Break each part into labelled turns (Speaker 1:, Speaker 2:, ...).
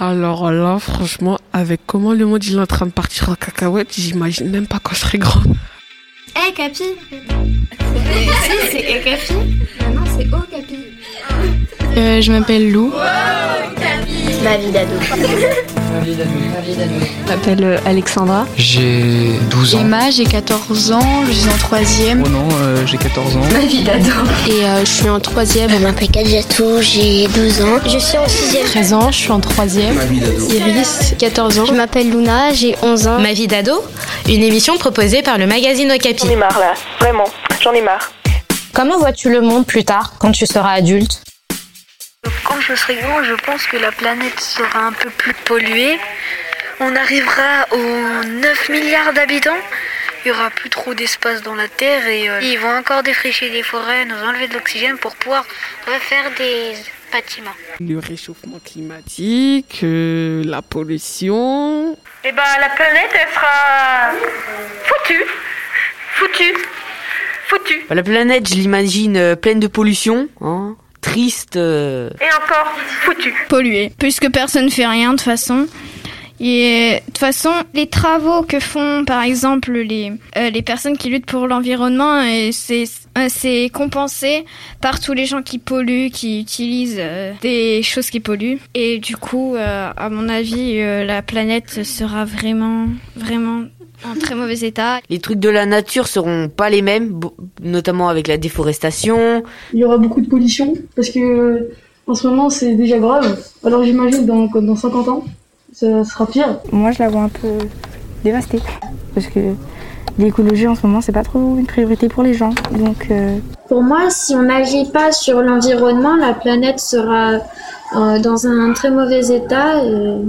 Speaker 1: Alors là, franchement, avec comment le monde il est en train de partir en cacahuète, j'imagine même pas quand je serai grande.
Speaker 2: Eh Capi Si, c'est Eh Capi Non, c'est Oh Capi
Speaker 3: Euh, je m'appelle Lou.
Speaker 2: Ma vie d'ado.
Speaker 3: Je m'appelle euh, Alexandra.
Speaker 4: J'ai 12 ans.
Speaker 3: Emma, j'ai 14 ans, je suis en 3ème
Speaker 4: Oh non, euh, j'ai 14 ans.
Speaker 3: et euh, je suis en 3ème.
Speaker 5: Je m'appelle Kadiatou, j'ai 12 ans. Je suis en 6e.
Speaker 3: 13 ans, je suis en 3ème. Iris, 14 ans.
Speaker 5: Je m'appelle Luna, j'ai 11 ans.
Speaker 6: Ma vie d'ado, une émission proposée par le magazine Okapi.
Speaker 7: J'en ai marre là, vraiment, j'en ai marre.
Speaker 6: Comment vois-tu le monde plus tard, quand tu seras adulte
Speaker 8: Quand je serai grand, je pense que la planète sera un peu plus polluée. On arrivera aux 9 milliards d'habitants. Il n'y aura plus trop d'espace dans la Terre et euh, ils vont encore défricher des forêts, nous enlever de l'oxygène pour pouvoir refaire des bâtiments.
Speaker 1: Le réchauffement climatique, euh, la pollution.
Speaker 8: Et ben la planète, elle sera foutue. Foutue. Foutue.
Speaker 9: Bah, la planète, je l'imagine euh, pleine de pollution, hein, triste. euh,
Speaker 8: Et encore foutue.
Speaker 3: Pollué. Puisque personne ne fait rien de toute façon. Et de toute façon, les travaux que font par exemple les, euh, les personnes qui luttent pour l'environnement, et c'est euh, c'est compensé par tous les gens qui polluent, qui utilisent euh, des choses qui polluent. Et du coup, euh, à mon avis, euh, la planète sera vraiment, vraiment en très mauvais état.
Speaker 9: Les trucs de la nature seront pas les mêmes, bo- notamment avec la déforestation.
Speaker 10: il y aura beaucoup de pollution parce que euh, en ce moment c'est déjà grave. Alors j'imagine dans, comme dans 50 ans, ça sera pire.
Speaker 3: Moi, je la vois un peu dévastée. Parce que l'écologie en ce moment, c'est pas trop une priorité pour les gens. Donc,
Speaker 2: Pour moi, si on n'agit pas sur l'environnement, la planète sera euh, dans un très mauvais état euh,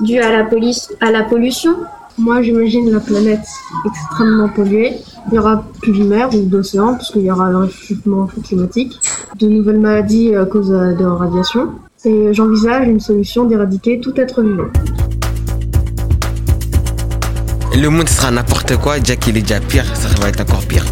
Speaker 2: dû à la, police- à la pollution.
Speaker 10: Moi j'imagine la planète extrêmement polluée. Il y aura plus de mer ou d'océan parce qu'il y aura le réchauffement climatique, de nouvelles maladies à cause euh, de la radiation. Et j'envisage une solution d'éradiquer tout être vivant.
Speaker 11: Le monde sera n'importe quoi, déjà qu'il est déjà pire, ça va être encore pire.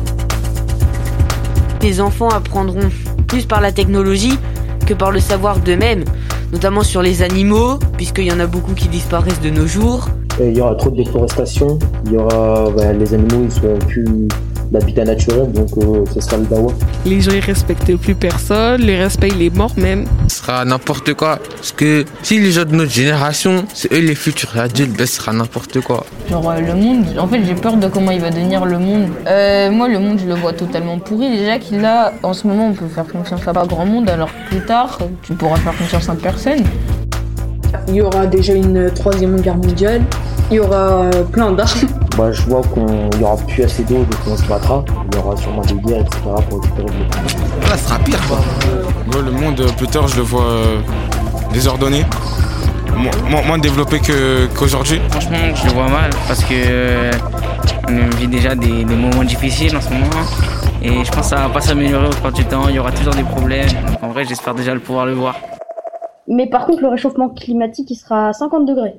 Speaker 9: Les enfants apprendront plus par la technologie que par le savoir d'eux-mêmes, notamment sur les animaux, puisqu'il y en a beaucoup qui disparaissent de nos jours.
Speaker 12: Et Il y aura trop de déforestation, il y aura bah, les animaux, ils seront plus d'habitat naturel, donc euh, ce sera le dawa.
Speaker 1: Les gens ils respectent plus personne, le respect il est mort même.
Speaker 11: Ce sera n'importe quoi. Parce que si les gens de notre génération, c'est eux les futurs adultes, ben ce sera n'importe quoi.
Speaker 3: Genre euh, le monde, en fait j'ai peur de comment il va devenir le monde. Euh, moi le monde je le vois totalement pourri. Déjà qu'il a, en ce moment on peut faire confiance à pas grand monde alors que plus tard tu pourras faire confiance à personne.
Speaker 10: Il y aura déjà une troisième guerre mondiale. Il y aura euh, plein d'armes.
Speaker 12: Bah, je vois qu'il n'y aura plus assez d'eau, donc on se battra. Il y aura sûrement des guerres, etc. pour récupérer de l'eau.
Speaker 4: Ah,
Speaker 11: Là, ce sera pire, quoi.
Speaker 4: le monde, euh, plus tard, je le vois euh, désordonné, mo- mo- moins développé que- qu'aujourd'hui.
Speaker 9: Franchement, je le vois mal parce que on vit déjà des, moments difficiles en ce moment. Et je pense que ça va pas s'améliorer au cours du temps, il y aura toujours des problèmes. en vrai, j'espère déjà pouvoir le voir.
Speaker 5: Mais par contre, le réchauffement climatique, il sera à 50 degrés.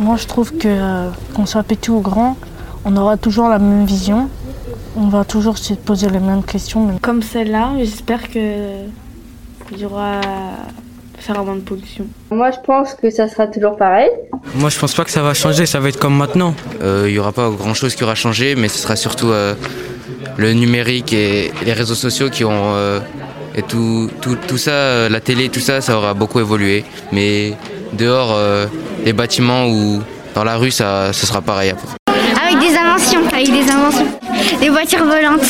Speaker 3: Moi je trouve que euh, qu'on soit petit ou grand, on aura toujours la même vision. On va toujours se poser les mêmes questions.
Speaker 8: Comme celle-là, j'espère que il y aura faire moins de pollution.
Speaker 2: Moi, je pense que ça sera toujours pareil.
Speaker 4: Moi, je pense pas que ça va changer, ça va être comme maintenant.
Speaker 9: Euh, Il y aura pas grand chose qui aura changé, mais ce sera surtout euh, le numérique et les réseaux sociaux qui ont. euh, et tout, tout, tout ça, euh, la télé, tout ça, ça aura beaucoup évolué. Mais dehors, euh, les bâtiments ou dans la rue, ça, ça sera pareil après.
Speaker 5: Avec des inventions, avec des inventions. Des voitures volantes.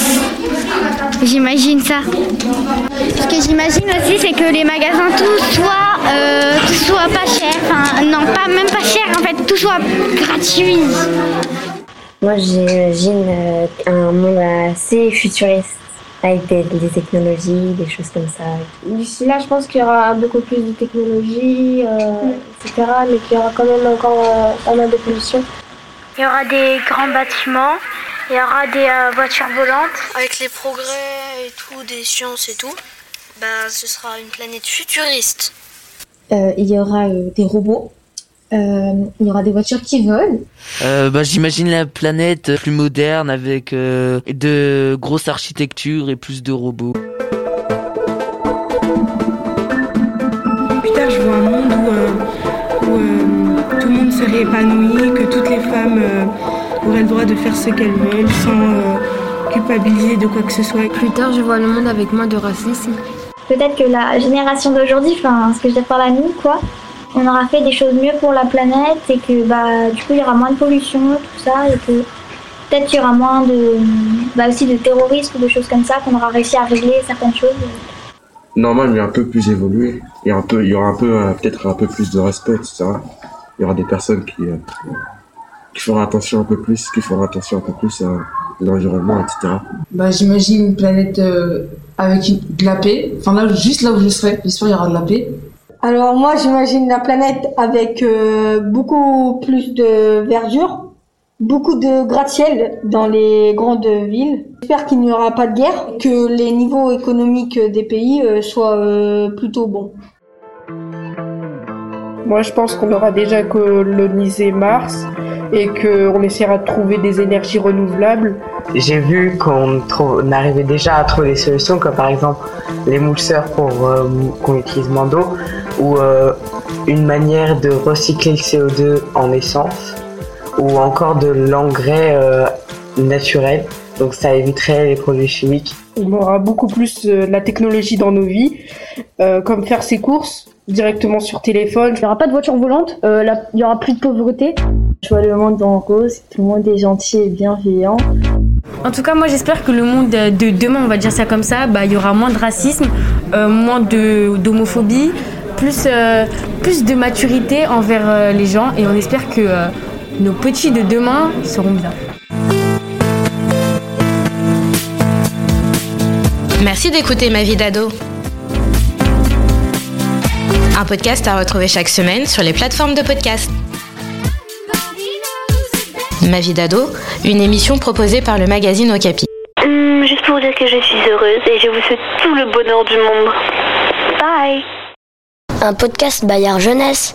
Speaker 5: J'imagine ça. Ce que j'imagine aussi, c'est que les magasins, tout soit, euh, tout soit pas cher. Enfin, non, pas même pas cher, en fait, tout soit gratuit.
Speaker 2: Moi, j'imagine euh, un monde assez futuriste, avec des, technologies, des choses comme ça. D'ici là, je pense qu'il y aura beaucoup plus de technologies, euh, etc., mais qu'il y aura quand même encore pas mal de pollution.
Speaker 8: Il y aura des grands bâtiments, il y aura des euh, voitures volantes. Avec les progrès et tout, des sciences et tout, ben, ce sera une planète futuriste.
Speaker 2: il y aura euh, des robots, Euh, il y aura des voitures qui volent.
Speaker 9: Euh, bah, J'imagine la planète plus moderne avec euh, de grosses architectures et plus de robots.
Speaker 8: Putain, je vois un monde où, euh, où, euh,
Speaker 13: tout le monde serait épanoui, que toutes les femmes euh, auraient le droit de faire ce qu'elles veulent sans euh, culpabiliser de quoi que ce soit.
Speaker 14: Plus tard, je vois le monde avec moins de racisme.
Speaker 15: Peut-être que la génération d'aujourd'hui, enfin, ce que je parle à nous, quoi, on aura fait des choses mieux pour la planète et que, bah, du coup, il y aura moins de pollution, tout ça, et que peut-être il y aura moins de, bah, aussi de terrorisme, de choses comme ça, qu'on aura réussi à régler certaines choses.
Speaker 12: normal mais un peu plus évolué et un peu il y aura un peu euh, peut-être un peu plus de respect etc il y aura des personnes qui euh, qui feront attention un peu plus qui feront attention un peu plus à l'environnement etc
Speaker 1: Bah, j'imagine une planète euh, avec une- de la paix. Enfin, là, juste là où je serai, j'espère qu'il y aura de la paix.
Speaker 10: Alors moi j'imagine la planète avec euh, beaucoup plus de verdure, beaucoup de gratte-ciel dans les grandes villes. J'espère qu'il n'y aura pas de guerre, que les niveaux économiques des pays euh, soient euh, plutôt bons.
Speaker 16: Moi, je pense qu'on aura déjà colonisé Mars et qu'on essaiera de trouver des énergies renouvelables.
Speaker 9: J'ai vu qu'on trou- on arrivait déjà à trouver des solutions, comme par exemple l'émousseur pour euh, qu'on utilise moins d'eau, ou euh, une manière de recycler le CO2 en essence, ou Euh, encore de l'engrais euh, naturel. Donc ça éviterait les produits chimiques.
Speaker 16: On aura beaucoup plus euh, de la technologie dans nos vies, euh, comme faire ses courses directement sur téléphone. Il n'y aura pas de voiture volante, il
Speaker 2: euh,
Speaker 16: n'y aura plus de pauvreté.
Speaker 17: Je vois le monde en rose, tout le monde est gentil et bienveillant. En tout cas, moi j'espère que le monde de demain, on va dire ça comme ça, bah, il y aura moins de racisme, euh, moins de- d'homophobie, plus, euh, plus de maturité envers euh, les gens et on espère que euh, nos petits de demain seront bien.
Speaker 18: Merci d'écouter Ma vie d'ado. Un podcast à retrouver chaque semaine sur les plateformes de podcast. Ma vie d'ado, une émission proposée par le magazine Okapi.
Speaker 8: Hum, juste pour dire que je suis heureuse et je vous souhaite tout le bonheur du monde. Bye.
Speaker 19: Un podcast Bayard Jeunesse.